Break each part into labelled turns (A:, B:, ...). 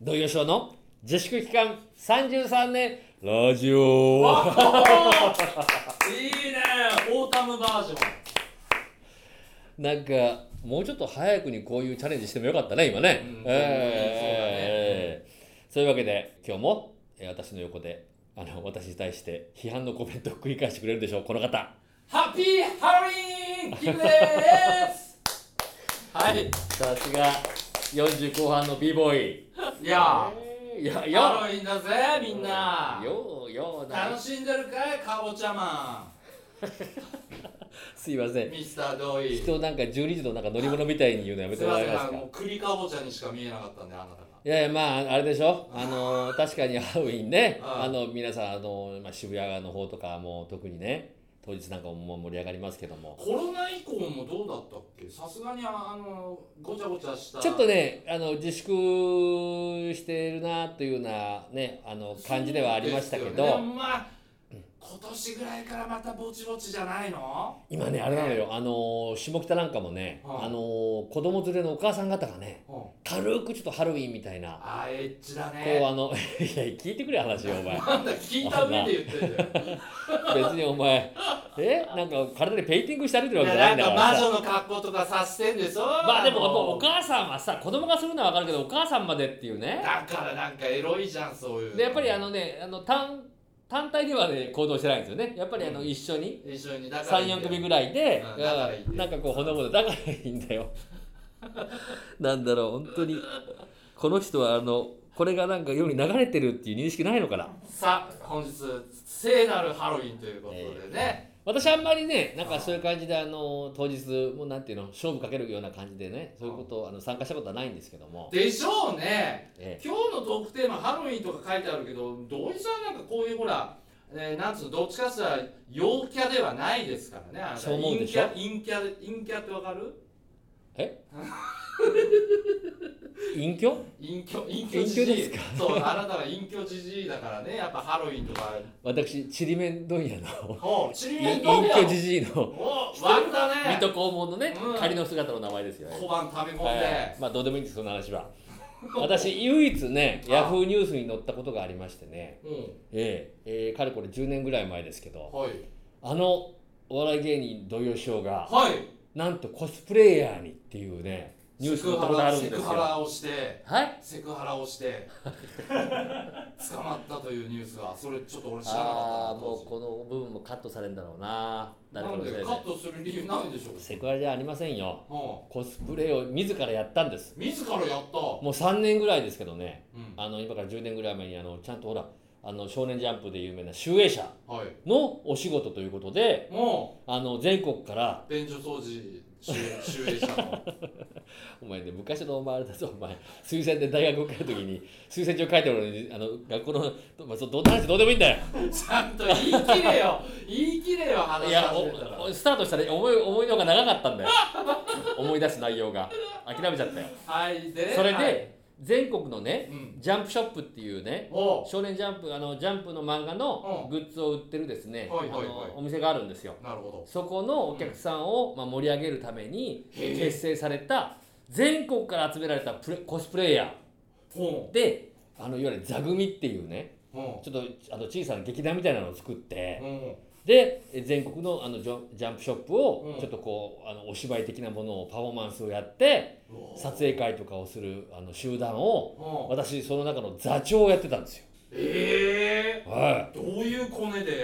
A: 土曜ショーの自粛期間33年ラジオ
B: いいねオータムバージョン
A: なんかもうちょっと早くにこういうチャレンジしてもよかったね今ね、
B: うん
A: えーそういうわけで今日もえー私の横であの私に対して批判のコメントを繰り返してくれるでしょうこの方
B: ハッピーハロウィーンキムですはい
A: さすが40後半の b ボーイ
B: いや
A: いやい
B: ーハ
A: や
B: ロウィーンだぜみんな
A: ようような
B: 楽しんでるかいかぼちゃマ
A: すいませ
B: ン
A: ん
B: ミスタードイ
A: 人をなんか12時のなんか乗り物みたいに言うのやめ
B: す
A: て
B: い
A: も
B: ま
A: ら
B: せ
A: え
B: ん
A: ま
B: あ
A: す
B: の
A: か
B: もう栗かぼちゃにしか見えなかったんであなたが
A: いやいやまああれでしょあの確かにハロウィンね
B: ああ
A: あの皆さんあの、まあ、渋谷の方とかも特にね当日なんかももう盛り上がりますけども
B: コロナ以降もどうだったっけさすがにああのごちゃごちゃした
A: ちょっとねあの自粛してるなというようなねあの感じではありましたけ
B: そうですよねで
A: ど
B: もまあ今年ぐらいからまたぼちぼちじゃないの
A: 今ねあれなのよあの下北なんかもね
B: ああ
A: あの子供連れのお母さん方がね
B: うん
A: 軽くちょっとハロウィンみたいな
B: あーエッチだ
A: こう
B: ね
A: あの いや聞いてくれ話よお前
B: なんだ聞いた上で言ってんだよ
A: 別にお前えなんか体でペインティングして歩いてるわけ
B: い
A: じ ゃな
B: や
A: いんだ
B: な
A: から
B: んか魔
A: さ
B: 女の格好とかさせてんでしょ
A: まあでもやっぱお
B: か
A: 母さんはさ子供がするのは分かるけどお母さんまでっていうね
B: だからなんかエロいじゃんそういうの
A: でやっぱりあのねあの単単体ではね行動してないんですよねやっぱりあの
B: うん
A: 一緒に
B: 一緒にだからいいんだよ
A: 34組ぐらいで
B: うんだからいいんだよ
A: うんなんかこうほのぼのだからいいんだよ なんだろう本当にこの人はあのこれがなんか世に流れてるっていう認識ないのかな
B: さあ本日聖なるハロウィンということでね、
A: 私あんまりねなんかそういう感じであの当日もうなんていうの勝負かけるような感じでねそういうことあの参加したことはないんですけども、
B: でしょうね
A: ええ
B: 今日のトークテーマハロウィンとか書いてあるけど土井さんなんかこういうほら、えーなんつうのどっちかっつったら陽キャではないですからねあなた
A: そう思うでしょ
B: 陰キャ陰キャ陰キャってわかる
A: 隠居
B: 隠居隠
A: 隠
B: 居
A: 居
B: じじ
A: です
B: い
A: か
B: そうあなたは隠居じじいだからねやっぱハロウィンとか
A: 私ちりめん問屋の
B: おうちりめんどん
A: 隠
B: や
A: 居じじいの
B: おう悪だ
A: 水
B: ね
A: 戸黄門のね、
B: うん
A: 仮の姿の名前ですよね、
B: 小判食べ込んで、
A: はいまあどうでもいいんですその話 は私唯一ね
B: あ
A: ヤフーニュースに載ったことがありましてね
B: うん
A: ええええかれこれ10年ぐらい前ですけど
B: はい
A: あのお笑い芸人土井善が
B: はい
A: なんとコスプレイヤーにっていうねニュースのことがあるん
B: セ
A: です
B: ク
A: よ
B: ハラをして
A: はい
B: セクハラをして捕まったというニュースがそれちょっと俺知らなか
A: あ
B: ったな
A: あ
B: 当
A: も
B: 時
A: うこの部分もカットされるんだろうな誰
B: な
A: かの
B: ん
A: せい
B: で
A: で
B: カットする理由ないでしょう
A: セクハラじゃありませんよ
B: う
A: コスプレを自らやったんです
B: ん自らやった、
A: もう3年ぐらいですけどね
B: うん、
A: あの今から10年ぐらい前にあのちゃんとほらあの少年ジャンプで有名な集英社
B: はい
A: のお仕事ということで
B: も
A: あの全国から
B: う便所掃除集集英社の
A: お前ね昔のお前あれだぞお前推薦で大学受かる時に推薦状書いてあるのにあの学校の、まあ、そうどんな話どうでもいいんだよ
B: ちゃんと言い切れよ言い切れよ話
A: い
B: し
A: や
B: 始めたら
A: おおスタートしたら思い思いのが長かったんだよ思い出す内容が諦めちゃったよ
B: はいで
A: それ
B: はい
A: で全国のね
B: うん
A: ジャンプショップっていうね
B: お
A: 少年ジャンプあのジャンプの漫画のグッズを売ってるですねあ
B: はいはいはい
A: のお店があるんですよ
B: なるほ
A: そこのお客さんを、まあ、盛り上げるために
B: へえ
A: 結成された全国から集められたプレコスプレイヤ
B: どほ
A: ーであのいわゆる座組っていうね
B: うほ
A: ちょっとあの小さな劇団みたいなのを作って
B: ううん
A: でえ全国のあのジョジャンプショップを
B: うん
A: ちょっとこうあのお芝居的なものをパフォーマンスをやって撮影会とかをするあの集団を
B: うん
A: 私その中の座長をやってたんですよ。
B: ええ
A: は
B: どういうコネで
A: い、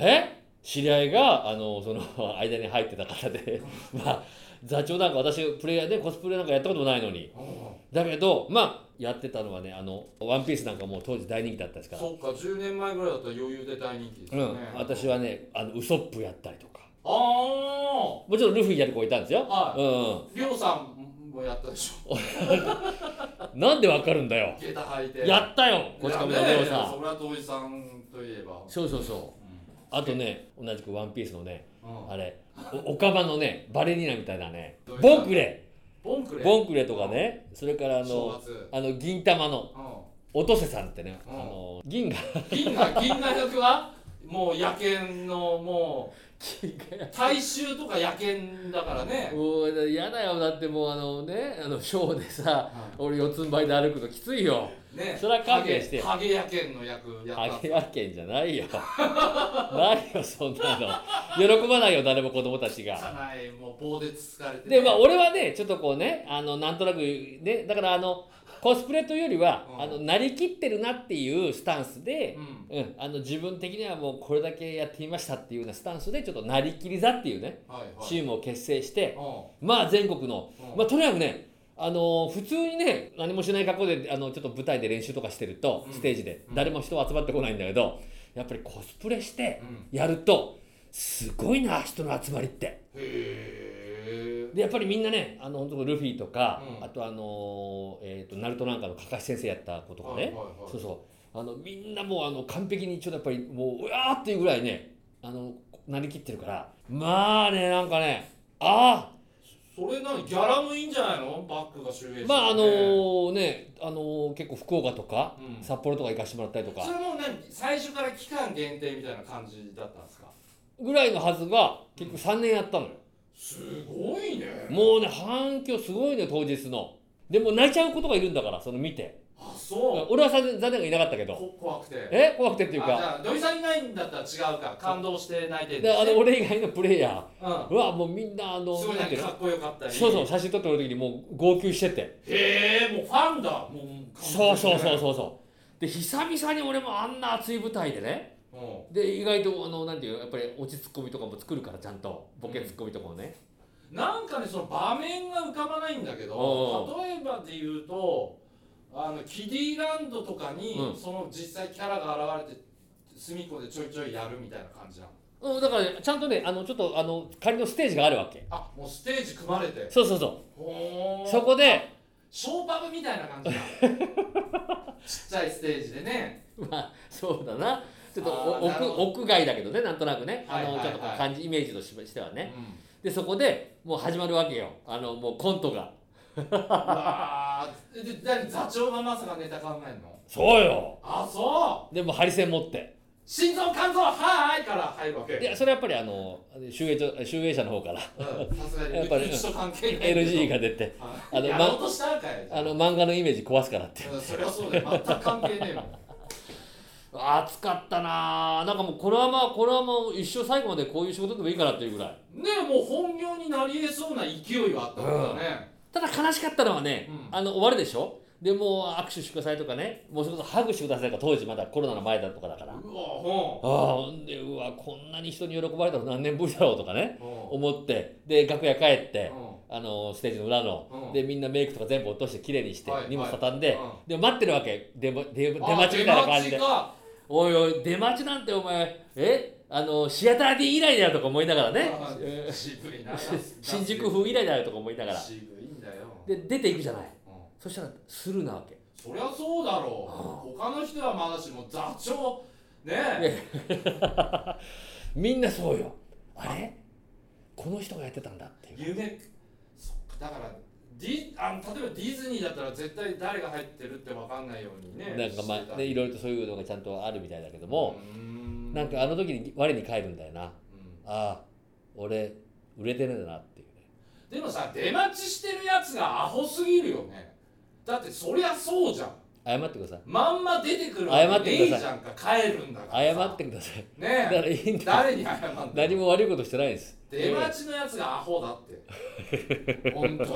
A: え知り合いがあのその 間に入ってた方で まあ座長なんか私プレイヤーでコスプレなんかやったこともないのに
B: うん
A: だけどまあやってたのはねあの「ワンピースなんかもう当時大人気だったですから、
B: そっか10年前ぐらいだったら余裕で大人気です
A: う
B: よ
A: ん
B: ね、、
A: 私はねあのウソップやったりとか
B: ああ
A: もちろんルフィやる子いたんですよ、
B: は
A: う
B: りょうさんもやったでしょ
A: ん、なんでわかるんだよ
B: 下駄履いて
A: やったよこち亀のレオ
B: いやね
A: さ
B: それは土井さんといえば
A: んそうそうそうあとね同じく「ワンピースのね
B: うん
A: あれおオカバのねバレリーナみたいなね
B: どういう
A: ボンクレ
B: ボンクレ
A: ボンクレとかねそれからあの
B: 正月
A: あの銀玉の
B: う
A: 音瀬さんってね、
B: うん
A: あの銀が
B: ん銀河銀河役はもう野犬のもう大衆とか野犬だからね、
A: もう嫌だよだってもうあのねあのショーでさ俺四つん這いで歩くのきついよ
B: ね
A: それは勘弁してよ
B: ハゲハゲ野犬の役やった
A: ハ
B: んで
A: ゲやけんじゃないよないよそんなの喜ばないよ誰も子供たち
B: すか
A: が
B: ないもう棒でつつかれてね、
A: でまあ俺はねちょっとこうねあのなんとなくねだからあのコスプレというよりは、
B: うん
A: あのなりきってるなっていうスタンスで
B: う、ん
A: うん、あの自分的にはもうこれだけやってみましたっていうようなスタンスでちょっとなりきり座っていうね
B: はいはい
A: チームを結成して、
B: う
A: まあ全国の、
B: うん
A: まあとにかくねあのー普通にね何もしない格好であのちょっと舞台で練習とかしてると、
B: うん
A: ステージで
B: うん
A: 誰も人は集まってこないんだけどやっぱりコスプレして
B: んうん
A: やるとすごいな人の集まりって
B: へえ
A: でやっぱりみんなねあの本当ルフィとか、
B: うん
A: あとあのー、えー、とナルトなんかのかかし先生やった子とかね、そうそうあのみんなもうあの完璧にちょっとやっぱりもううわーっていうぐらいねあのなりきってるからまあねなんかねああ
B: それなにギャラもいいんじゃないのバックが集英してて
A: まああのーねあのー結構福岡とか、
B: うん
A: 札幌とか行かしてもらったりと
B: そ
A: か
B: れも何最初から期間限定みたいな感じだったんですか
A: ぐらいのはずが結局3年やったのよ、
B: すごいね
A: もうね反響すごいね当日のでも泣いちゃうことがいるんだからその見て
B: あそう
A: 俺は残念残念がいなかったけど
B: こ怖くて
A: え怖くてっていう
B: あじ
A: か
B: ゃあ土井さんいないんだったら違うか感動して泣いてるん
A: で
B: です
A: あ
B: ね
A: の俺以外のプレイヤ
B: うん
A: ーはもうみんなあの
B: すごい
A: な
B: なん
A: て
B: ん
A: いう
B: か
A: の
B: かっこよかったり
A: そうそう写真撮ってる時にもう号泣してて
B: へえもうファンだもう
A: そうそうそう
B: う
A: そうそうで久々に俺もあんな熱い舞台でね
B: う
A: で意外とあのなんていうやっぱり落ちツッコミとかも作るからちゃんとボケツッコミとかもね、
B: んなんかねその場面が浮かばないんだけど
A: お
B: 例えばで言うとあのキディランドとかに、
A: うん
B: その実際キャラが現れて隅っこでちょいちょいやるみたいな感じなの
A: うん、だからねちゃんとねあのちょっとあの仮のステージがあるわけ
B: あもうステージ組まれて
A: そうそうそ
B: ほ
A: う
B: ー
A: そこで
B: ショーパブみたいな感じだ ちっちゃいステージでね
A: まあそうだなちょっと
B: あーなるほ
A: お
B: ど
A: 奥屋外だけどねなんとなくねあ
B: はい
A: の
B: はい
A: ち
B: は
A: ょ
B: い
A: っとこう感じイメージとししてはねでそこでもう始まるわけよあのもうコントが
B: うん、うわーで何座長がまさかネタ考えんの
A: そうよ
B: あそう
A: でもうハリセン持って
B: 心臓肝臓はーいから入るわけ
A: いやそれはやっぱりあの集英所集英社の方から
B: うんさすがに
A: やっぱり
B: うちと関係ないけど
A: NG が出て
B: あ
A: あ
B: の
A: の
B: やろうとしたんかい
A: あの漫画のイメージ壊すからって
B: うんそりゃそうだよ全く関係ねえ もん
A: 暑かったなあなんかもうこのままこのまま一生最後までこういう仕事でもいいかなっていうぐらい
B: ねえもう本業になり得そうな勢いはあったからね、
A: ただ悲しかったのはね、
B: うん
A: あの終わるでしょでもう握手してくださいとかねもうそれこそハグしてくださいとか当時まだコロナの前だとかだからあ
B: うわほ
A: あほんでうわこんなに人に喜ばれたの何年ぶりだろうとかね
B: んほ
A: 思ってで楽屋帰って
B: ん、うん
A: あのステージの裏の、
B: うん
A: でみんなメイクとか全部落として綺麗にして、
B: はい
A: 荷物畳んで、
B: は
A: で待ってるわけ出ま出出
B: あ
A: 待ちみたいな感じで
B: 出待ちか
A: おいおい出待ちなんてお前えあのシアター D 以来だよとか思いながらね
B: あ
A: え
B: 渋いな
A: ー 新宿風以来だよとか思いながら
B: 渋いんだよ、
A: で出ていくじゃない
B: うん
A: そしたらスルーなわけ
B: そりゃそうだろう他の人はまだしも座長ねえ
A: みんなそうよあれこの人がやってたんだっていう
B: 夢そっかだからディあの例えばディズニーだったら絶対誰が入ってるって分かんないようにね
A: なんか
B: して
A: まあ
B: た
A: ねいろいろとそういうのがちゃんとあるみたいだけども、
B: うーん
A: なんかあの時に我に返るんだよな
B: うん
A: ああ俺売れてねえなっていうね
B: でもさ出待ちしてるやつがアホすぎるよねだってそりゃそうじゃん
A: 謝ってください
B: まんま出てくる
A: 謝
B: わ
A: っ
B: け
A: て
B: ね
A: くださ
B: え
A: い
B: じゃんか帰るんだから
A: 謝
B: さ
A: ってくださいだ
B: ね
A: から
B: え
A: いいんだよ
B: 誰に謝んの
A: 何も悪いことしてないです
B: 出待ちのやつがアホだって 本当に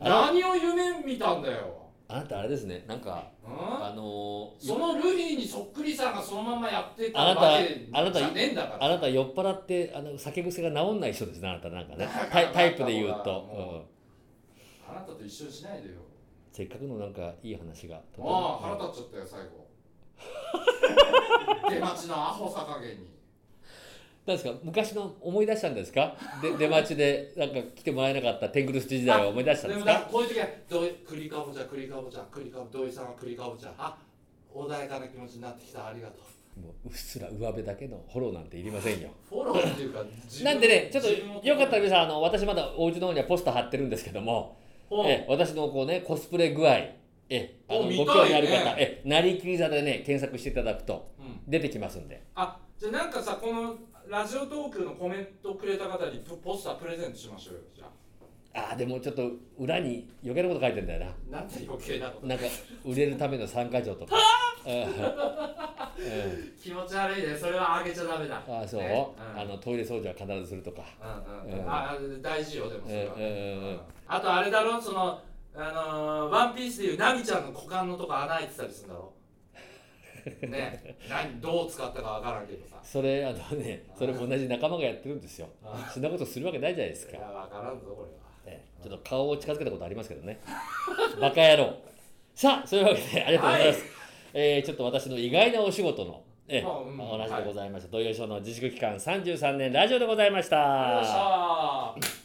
A: あ
B: 何を夢見たんだよ、
A: あなたあれですねなんか
B: うん、
A: あのー
B: そのルフィにそっくりさんがそのままやってた
A: あなた
B: わけ
A: あなた
B: じゃねえんだから
A: あなた酔っ払ってあの酒癖が治んない人ですねあなたなんかね
B: だから
A: タイタイプで言う
B: も
A: と、
B: あなたと一緒にしないでよ
A: うん、せっかくのなんかいい話がとて
B: あ
A: も
B: あ腹立っちゃったよ最 後出待ちのアホさ加減に
A: なんですか昔の思い出したんですかで 出待ちでなんか来てもらえなかった天狗の筋時代を思い出したん
B: で
A: で
B: も
A: す
B: なん
A: か
B: かこういう時はどい栗かぼちゃ栗かぼちゃ栗かぼ土井さんは栗かぼちゃあ穏やかな気持ちになってきたありがとう
A: もううっすら上辺だけのフォローなんていりませんよ
B: フォローっていうか 自分
A: なんでねちょっと
B: 自分を
A: よかったら皆さんあの私まだお家の方にはポスター貼ってるんですけども
B: ほう
A: ええ私のこうねコスプレ具合ええあの
B: お
A: ご
B: 見
A: 興
B: たい
A: 味
B: ね
A: ある方、ええなりきり座でね検索していただくと
B: うん
A: 出てきますんで
B: あじゃあなんかさこのラジオトークのコメントくれた方にポポスタープレゼントしましょうよじゃ
A: ああでもちょっと裏に余計なこと書いてんだよ
B: あなんで余計なこと
A: ななんか売れるための参加条とかうんうん
B: 気持ち悪いねそれはあげちゃダメだ
A: ああそう、
B: ねうん
A: あのトイレ掃除は必ずするとか
B: うんう
A: うんん
B: ああ大事よでもそれは、
A: うんうんうんうん
B: あとあれだろそのあのーワンピースでいうナミちゃんの股間のとこ穴開いてたりするんだろね何どう使ったかわからんけどさ
A: それあのねそれも同じ仲間がやってるんですよ
B: あ
A: そんなことするわけないじゃないです
B: い
A: か
B: や、わからんぞこれは
A: ねちょっと顔を近づけたことありますけどねバカ野郎さあそういうわけでありがとうございます、えーちょっと私の意外なお仕事のええ
B: あうん
A: お話でございました、土曜ショーの自粛期間33年ラジオでございました
B: ありがとうございました